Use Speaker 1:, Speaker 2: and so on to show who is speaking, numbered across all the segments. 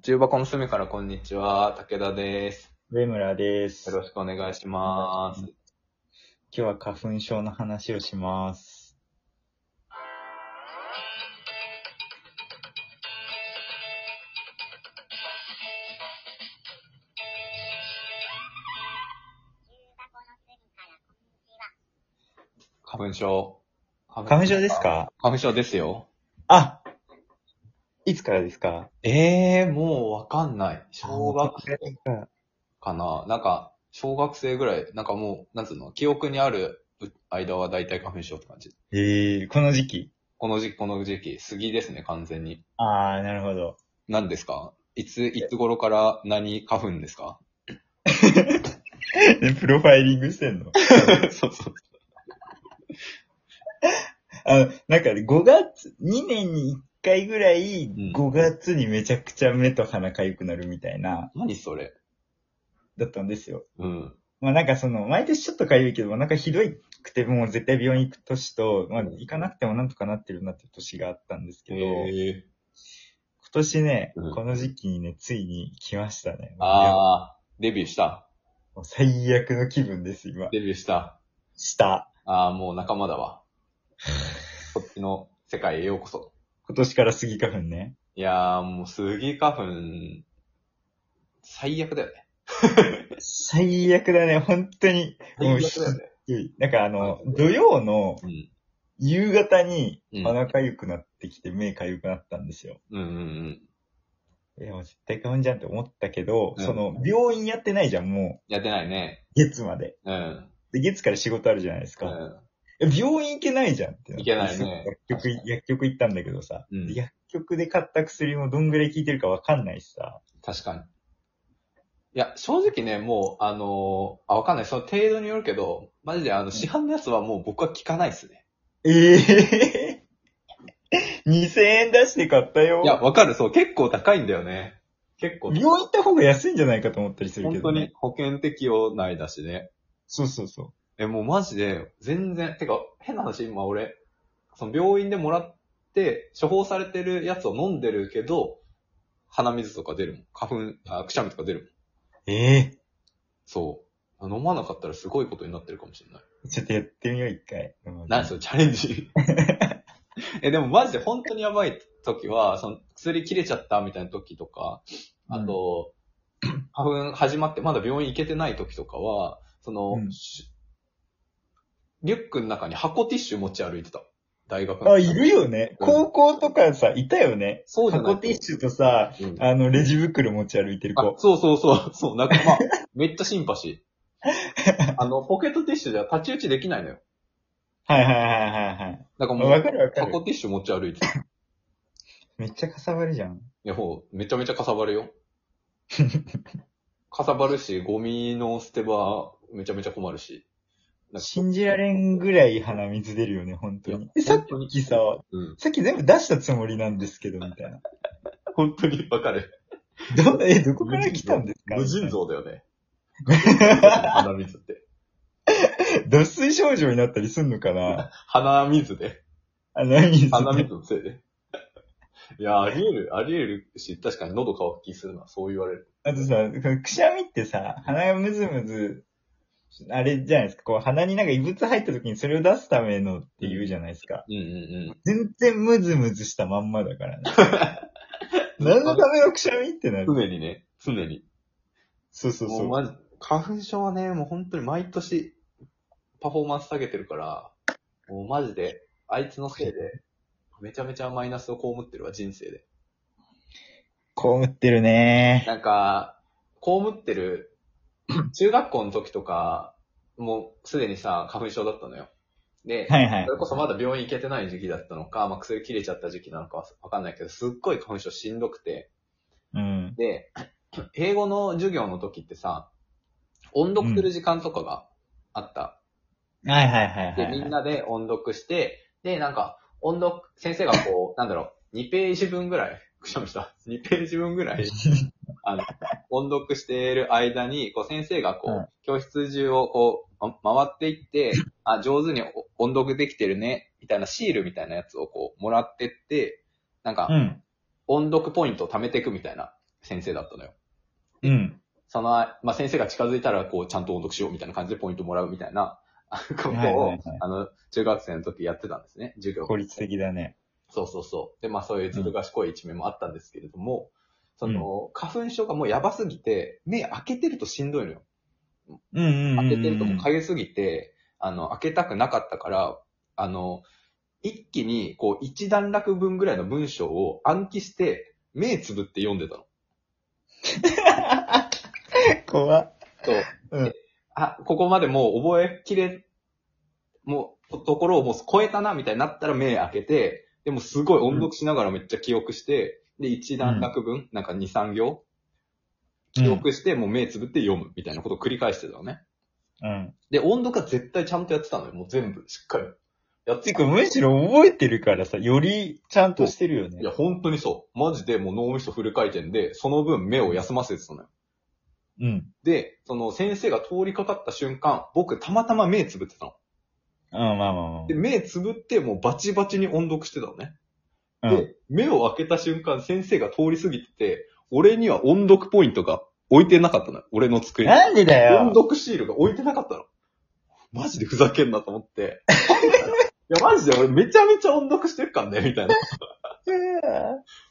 Speaker 1: 中箱娘からこんにちは、武田です。
Speaker 2: 上村です。
Speaker 1: よろ
Speaker 2: 今
Speaker 1: しくお願いします。
Speaker 2: 日は花粉症の話をします。
Speaker 1: 花粉症。
Speaker 2: 花粉症ですか
Speaker 1: 花粉症ですよ。
Speaker 2: あいつからですか
Speaker 1: ええー、もうわかんない。小学生か
Speaker 2: か。
Speaker 1: ななんか、小学生ぐらい、なんかもう、なんつうの、記憶にある間は大体花粉症って感じ。
Speaker 2: ええー、この時期。
Speaker 1: この時期、この時期、杉ですね、完全に。
Speaker 2: あー、なるほど。
Speaker 1: 何ですかいつ、いつ頃から何花粉ですか
Speaker 2: プロファイリングしてんの
Speaker 1: そうそう。
Speaker 2: あの、なんか5月、2年に1回ぐらい
Speaker 1: ん、
Speaker 2: 5月にめちゃくちゃ目と鼻痒くなるみたいな、
Speaker 1: 何それ
Speaker 2: だったんですよ。
Speaker 1: うん。
Speaker 2: まあなんかその、毎年ちょっと痒いけど、まあなんかひどいくて、もう絶対病院行く年と、まあ行かなくてもなんとかなってるなって年があったんですけど、
Speaker 1: えー。
Speaker 2: 今年ね、
Speaker 1: うん
Speaker 2: この時期にね、ついに来ましたね。
Speaker 1: あー、デビューした。
Speaker 2: もう最悪の気分です、今。
Speaker 1: デビューした。
Speaker 2: した。
Speaker 1: ああ、もう仲間だわ。こっちの世界へようこそ。
Speaker 2: 今年からスギ花粉ね。
Speaker 1: いやー、もう杉花粉、最悪だよね。
Speaker 2: 最悪だね、本当に。もうひど
Speaker 1: ね。
Speaker 2: い。なんかあの
Speaker 1: うん、
Speaker 2: 土曜の
Speaker 1: うん。
Speaker 2: 夕方に
Speaker 1: うん
Speaker 2: 鼻かゆくなってきて、目かゆくなったんですよ。
Speaker 1: うんうんうん。
Speaker 2: いや、もう絶対花粉じゃんって思ったけど、
Speaker 1: うん
Speaker 2: その、病院やってないじゃん、も
Speaker 1: やってないね
Speaker 2: う。、月まで。
Speaker 1: うん。
Speaker 2: で、月から仕事あるじゃないです
Speaker 1: う
Speaker 2: か。
Speaker 1: ん。
Speaker 2: え病院行けないじゃんってって
Speaker 1: 行けないね
Speaker 2: 薬
Speaker 1: 確
Speaker 2: 局
Speaker 1: か、に
Speaker 2: 薬局行ったんだけどさ、
Speaker 1: うん
Speaker 2: 薬局で買った薬もどんぐらい効いてるかわかんないしさ。
Speaker 1: 確かに。いや、正直ね、もう、あのーあ、わかんない。その程度によるけど、マジで、あの、市販のやつはもう僕は効かないっすね。
Speaker 2: ええー、2000円出して買ったよ。
Speaker 1: いや、わかる。そう、結構高いんだよね。結構高
Speaker 2: 病
Speaker 1: い。
Speaker 2: 院行った方が安いんじゃないかと思ったりするけ
Speaker 1: 本
Speaker 2: ど、
Speaker 1: 当
Speaker 2: ね。
Speaker 1: に。保険適用内だしね。
Speaker 2: そうそうそ
Speaker 1: え、もうマジで、全然、てか、変な話、今俺、その病院でもらって、処方されてるやつを飲んでるけど、鼻水とか出るもん。花粉、あ、くしゃみとか出るもん。
Speaker 2: う。ええ
Speaker 1: そう。飲まなかったらすごいことになってるかもしれない。
Speaker 2: ーちょっとやってみよう、一回。
Speaker 1: 何それ、チャレン ジ。え、でもマジで本当にやばい時は、その薬切れちゃったみたいな時とか、あと、花粉始まってまだ病院行けてない時とかは、その、
Speaker 2: うん
Speaker 1: しリュックの中に箱ティッシュ持ち歩いてた。大学の。
Speaker 2: あ、いるよね。
Speaker 1: うん
Speaker 2: 高校とかさ、いたよね。
Speaker 1: そうじゃない
Speaker 2: 箱ティッシュとさ、
Speaker 1: うん
Speaker 2: あの、レジ袋持ち歩いてる
Speaker 1: あ
Speaker 2: 子。
Speaker 1: そうそうそう、そう、なんか まあ、めっちゃシンパシー。あの、ポケットティッシュじゃ太刀打ちできないのよ。
Speaker 2: はいはいはいはい
Speaker 1: だから
Speaker 2: はい。
Speaker 1: も
Speaker 2: わ
Speaker 1: う、
Speaker 2: かるわか
Speaker 1: 箱
Speaker 2: る。
Speaker 1: ティッシュ持ち歩いてた。い
Speaker 2: めっちゃかさばるじゃん。
Speaker 1: や、ほう、めちゃめちゃかさば るよ。かさばるし、ゴミの捨て場、めちゃめちゃ困るし。なんか
Speaker 2: 信じられんぐらい鼻水出るよね、本当
Speaker 1: い
Speaker 2: に
Speaker 1: や。
Speaker 2: え、さ
Speaker 1: 本当に
Speaker 2: っきさ、
Speaker 1: うん。
Speaker 2: さっき全部出したつもりなんですけど、みたいな。
Speaker 1: 本当にわかる。
Speaker 2: ど、え、どこから来たんですか
Speaker 1: 無尽蔵だよね。
Speaker 2: み
Speaker 1: 鼻水って。
Speaker 2: たいな脱水症状になったりすんのかな
Speaker 1: 鼻水で。
Speaker 2: あ、何
Speaker 1: 鼻水のせいで。いや、あり得る、あり得るし、確かに喉乾きするのはそう言われる。
Speaker 2: あとさ、このくしゃみってさ、鼻がむずむず、あれじゃないですか。こう鼻になんか異物入った時にそれを出すためのって言うじゃないですか。
Speaker 1: うんうんうん。
Speaker 2: 全然むずむずしたまんまだか らね。何のためのくしゃみってなる。
Speaker 1: 常にね、常に。
Speaker 2: そうそう
Speaker 1: も
Speaker 2: そうう。
Speaker 1: まず、花粉症はね、もう本当に毎年パフォーマンス下げてるから、もうマジで、あいつのせいで、めちゃめちゃマイナスを被ってるわ、人生で。
Speaker 2: こうむってるね
Speaker 1: なんか、被って る、中学校の時とか、もうすでにさ、花粉症だったのよ。で、
Speaker 2: はいはい
Speaker 1: そ。れこそまだ病院行けてない時期だったのか、まあ、薬切れちゃった時期なのかはわかんないけど、すっごい花粉症しんどくて。
Speaker 2: うん。
Speaker 1: で、英語の授業の時ってさ、音読する時間とかがあった。
Speaker 2: はいはいはいはい
Speaker 1: で、
Speaker 2: はい。
Speaker 1: みんなで音読して、で、なんか、音読、先生がこう、 なんだろう、2ページ分ぐらい、くしゃみした。2ページ分ぐ らい、あの、音読している間に、こう先生がこう、
Speaker 2: うん
Speaker 1: 教室中をこう、ま回ってい って、あ、上手にお音読できてるね、みたいなシールみたいなやつをこう、もらってって、なんか、
Speaker 2: うん。
Speaker 1: 音読ポイントを貯めていくみたいな先生だったのよ。
Speaker 2: うん。
Speaker 1: その、まあ、先生が近づいたら、こう、ちゃんと音読しようみたいな感じでポイントもらうみたいな、あことを、
Speaker 2: はいはいはい
Speaker 1: あの、中学生の時やってたんですね、授業。
Speaker 2: 効率的だね。
Speaker 1: そうそうそう。で、まあそういうずる賢い一面もあったんですけれども、その、花粉症がもうやばすぎて、目開けてるとしんどいのよ。
Speaker 2: うんうんうんうん。
Speaker 1: 開けてるともうかゆすぎて、あの、開けたくなかったから、あの、一気に、こう、一段落分ぐらいの文章を暗記して、目つぶって読んでたの。
Speaker 2: 怖っ
Speaker 1: そう。
Speaker 2: うん
Speaker 1: であ、ここまでもう覚えきれ、もう、ところをもう超えたな、みたいになったら目開けて、でもすごい音読しながらめっちゃ記憶して、で、一段落分、なんか2、3行記憶して、もう目つぶって読む、みたいなことを繰り返してたのね。
Speaker 2: うん。
Speaker 1: で、音読は絶対ちゃんとやってたのよ。もう全部、しっかり。やって
Speaker 2: てか、むしろ覚えてるからさ、よりちゃんとしてるよね。
Speaker 1: いや、本当にそう。マジでもう脳みそフル回転で、その分目を休ませてたのよ。
Speaker 2: うん。
Speaker 1: で、その先生が通りかかった瞬間、僕たまたま目つぶってたの。
Speaker 2: うん、まあまあまあ
Speaker 1: で、目つぶってもうバチバチに音読してたのね。
Speaker 2: まあ。うん。
Speaker 1: で、目を開けた瞬間、先生が通り過ぎてて、俺には音読ポイントが置いてなかったのよ。俺の机に。
Speaker 2: なんでだ
Speaker 1: 音
Speaker 2: よ。
Speaker 1: 読シールが置いてなかったの。マジでふざけんなと思って。 いや、マジで俺めちゃめちゃ音読してるからね、みたいな。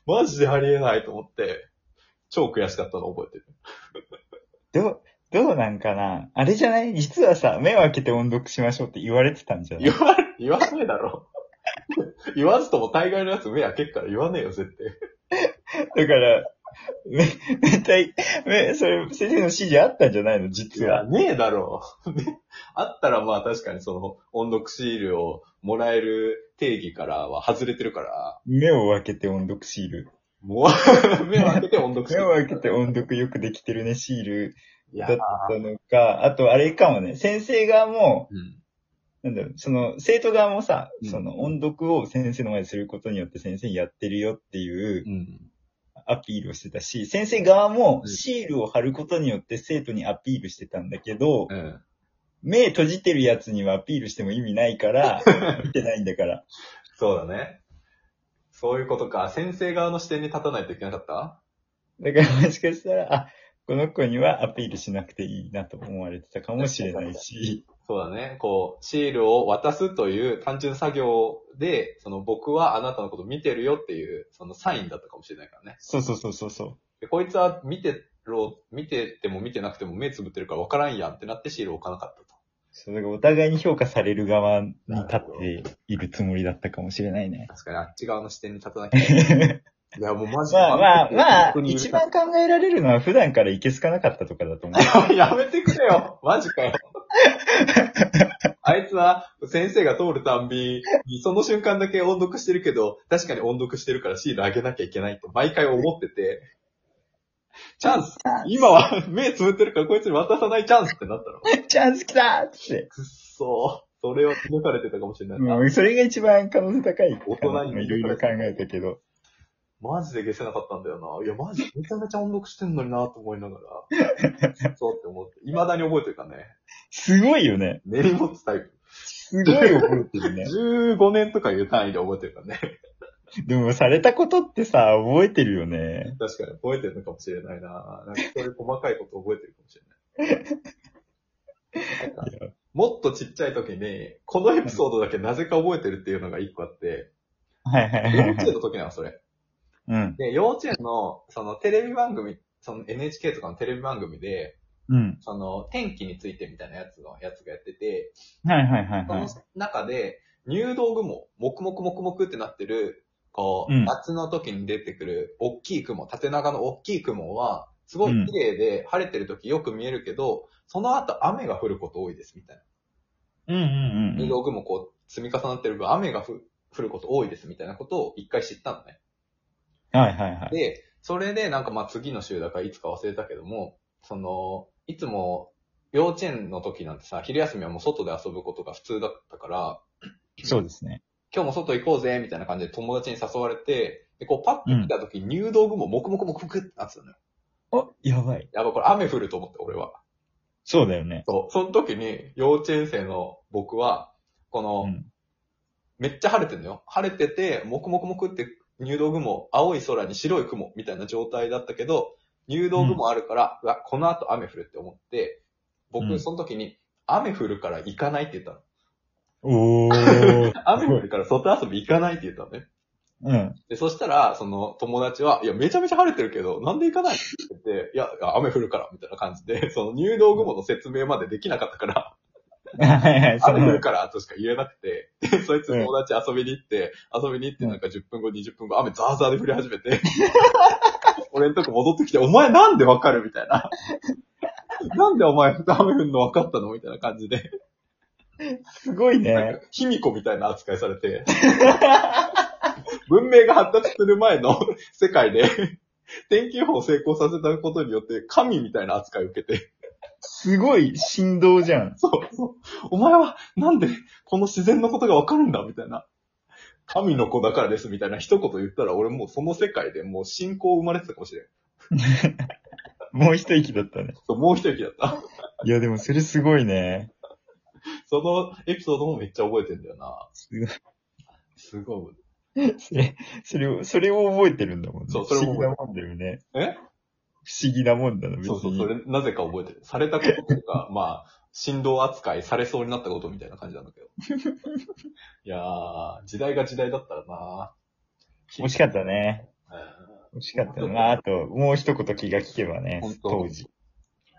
Speaker 1: マジでありえないと思って、超悔しかったの覚えてる。
Speaker 2: どう、どうなんかなあれじゃない実はさ、目を開けて音読しましょうって言われてたんじゃない
Speaker 1: 言わ、言わねえだろ。 言わずとも大概のやつ目開けっから言わねえよ、絶対。
Speaker 2: だから、め、めたい、め、それ、先生の指示あったんじゃないの実
Speaker 1: いや、
Speaker 2: は。
Speaker 1: ねえだろ。 ねあったらまあ確かにその音読シールをもらえる定義からは外れてるから、
Speaker 2: 目を開けて音読シール。
Speaker 1: もう目を開けて音読シ
Speaker 2: 目
Speaker 1: ー
Speaker 2: を
Speaker 1: ル。
Speaker 2: 開けて音読よくできてるね、シール
Speaker 1: い
Speaker 2: だ
Speaker 1: や、
Speaker 2: ったのか、あとあれかもね、先生側も、
Speaker 1: うん。
Speaker 2: なんだろう、その、生徒側もさ
Speaker 1: う、ん
Speaker 2: その音読を先生の前にすることによって先生にやってるよっていう
Speaker 1: うん。
Speaker 2: アピールをしてたし、先生側も
Speaker 1: うん
Speaker 2: シールを貼ることによって生徒にアピールしてたんだけど、
Speaker 1: うん。
Speaker 2: 目閉じてるやつにはアピールしても意味な いから、見てないんだから。
Speaker 1: そうだね。そういうことか。先生側の視点に立たないといけなかった
Speaker 2: だからもしかしたら、あ、この子にはアピールしなくていいなと思われてたかもしれない し、
Speaker 1: そうだね。こう、シールを渡すという単純作業で、その僕はあなたのこと見てるよっていう、そのサインだったかもしれないからね。
Speaker 2: そうそうそうそうそ
Speaker 1: でこいつは見てろ、見てても見てなくても目つぶってるから分からんやんってなってシールを置かなかったと。
Speaker 2: う。それがお互いに評価される側に立っているつもりだったかもしれないね。
Speaker 1: 確かにあっち側の視点に立た なきゃいけない。いや、もうマジで。
Speaker 2: まあまあまあ
Speaker 1: 本当、に許
Speaker 2: 一
Speaker 1: せない
Speaker 2: 番考えられるのは普段からいけすかなかったとかだと思う。
Speaker 1: やめてくれよ。マジかよ。あいつは先生が通るたんびに、その瞬間だけ音読してるけど、確かに音読してるからシールあげなきゃいけないと毎回思ってて、チャンス今は目つぶってるからこいつに渡さないチャンスってなったの。くっ
Speaker 2: チャンス来たって。
Speaker 1: そー。それを抜かれてたかもしれない。
Speaker 2: うん、それが一番可能性高い。
Speaker 1: 大人に
Speaker 2: いろいろ考えたけど。
Speaker 1: マジで消せなかったんだよな。いや、マジでめちゃめちゃ音読してんのになと思いながら。そうって思って。未だに覚えてるからね。
Speaker 2: すごいよね。
Speaker 1: 根に持つタイプ。
Speaker 2: すごい覚えてるね。
Speaker 1: 15年とかいう単位で覚えてるからね。
Speaker 2: でもされたことってさ、覚えてるよね。
Speaker 1: 確かに覚えてるのかもしれないな。なんかそういう細かいこと覚えてるかもしれない。なんかもっとちっちゃい時に、このエピソードだけなぜか覚えてるっていうのが一個あって、
Speaker 2: はいはい
Speaker 1: 幼
Speaker 2: は
Speaker 1: 稚
Speaker 2: いは
Speaker 1: 園
Speaker 2: い。
Speaker 1: の時なの、それ。
Speaker 2: うん。
Speaker 1: で、幼稚園の、そのテレビ番組、その NHK とかのテレビ番組で、
Speaker 2: うん。
Speaker 1: その天気についてみたいなやつのやつがやってて、
Speaker 2: はいはいはい
Speaker 1: そ
Speaker 2: は
Speaker 1: の
Speaker 2: い。
Speaker 1: 中で、入道雲、もくもくもくもくってなってる、こう、
Speaker 2: うん
Speaker 1: 夏の時に出てくる大きい雲、縦長の大きい雲は、すごい綺麗で晴れてる時よく見えるけど、その後雨が降ること多いですみたいな。
Speaker 2: うんうんう
Speaker 1: 入
Speaker 2: んうん。
Speaker 1: 道雲こう積み重なってる分、雨がふ降ること多いですみたいなことを一回知ったのね。
Speaker 2: はいはいはい。
Speaker 1: で、それでなんかまあ次の週だからいつか忘れたけども、その、いつも幼稚園の時なんてさ、昼休みはもう外で遊ぶことが普通だったから、
Speaker 2: そうですね。
Speaker 1: 今日も外行こうぜ、みたいな感じで友達に誘われて、で、こうパッて来た時に入道雲もくもくもくもくってなってたのよ。
Speaker 2: あ、やばい。
Speaker 1: やばい、これ雨降ると思って、俺は。
Speaker 2: そうだよね。
Speaker 1: そう。その時に、幼稚園生の僕は、この、
Speaker 2: うん。
Speaker 1: めっちゃ晴れてんのよ。晴れてて、もくもくもくって入道雲、青い空に白い雲みたいな状態だったけど、入道雲あるから、うわ、この後雨降るって思って、
Speaker 2: う
Speaker 1: 僕、
Speaker 2: ん
Speaker 1: その時に、雨降るから行かないって言ったの。
Speaker 2: お ー。
Speaker 1: 雨降るから外遊び行かないって言ったのね。
Speaker 2: うん。
Speaker 1: で、そしたら、その友達は、いや、めちゃめちゃ晴れてるけど、なんで行かないのって言って、いや、いや雨降るから、みたいな感じで、その入道雲の説明までできなかったから、
Speaker 2: はいはい、そ
Speaker 1: 雨降る
Speaker 2: の、
Speaker 1: からとしか言えなくて、で、そいつ友達遊びに行って、遊びに行ってなんか10分後、20分後、雨ザーザーで降り始めて、 俺んとこ戻ってきて、お前なんでわかるみたい な。なんでお前雨降るの分かったのみたいな感じで、
Speaker 2: すごい
Speaker 1: なん
Speaker 2: ね。
Speaker 1: か、卑弥呼みたいな扱いされて、文明が発達する前の世界で、天気予報を成功させたことによって、神みたいな扱いを受けて、
Speaker 2: すごい振動じゃん。
Speaker 1: そうそう。お前はなんでこの自然のことがわかるんだみたいな。神の子だからですみたいな一言言ったら俺もうその世界でもう信仰生まれてたかもしれん。
Speaker 2: もう一息だったね。
Speaker 1: そう、もう一息だった。
Speaker 2: いや、でもそれすごいね。
Speaker 1: そのエピソードもめっちゃ覚えてんだよな。
Speaker 2: すごい
Speaker 1: すごい。
Speaker 2: それ、それを、それを覚えてるんだもんね。
Speaker 1: そうそれを
Speaker 2: 不思議
Speaker 1: 覚えて
Speaker 2: な
Speaker 1: る
Speaker 2: もんだよね。
Speaker 1: え
Speaker 2: 不思議なもんだな、別に。
Speaker 1: そうそう、それなぜか覚えてる。されたこととか、 まあ、振動扱いされそうになったことみたいな感じなんだけ ど。いやー、時代が時代だったらな
Speaker 2: 惜しかったね。
Speaker 1: うん
Speaker 2: 惜しかったな。あと、もう一言気が利けばね
Speaker 1: 本、当
Speaker 2: 当時。
Speaker 1: っ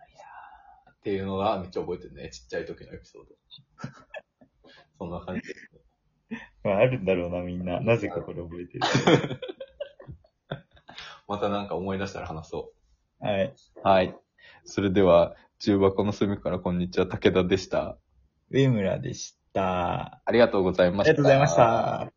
Speaker 1: ていうのがめっちゃ覚えてるね。ちっちゃい時のエピソード。 そんな感じ。
Speaker 2: まあ、あるんだろうな、みんな。なぜかこれ覚えてる。
Speaker 1: またなんか思い出したら話そ
Speaker 2: はい。
Speaker 1: う。はい。それでは、中箱の隅からこんにちは、武田でした。
Speaker 2: 上村でした。
Speaker 1: ありがとうございま
Speaker 2: ありがとうございました。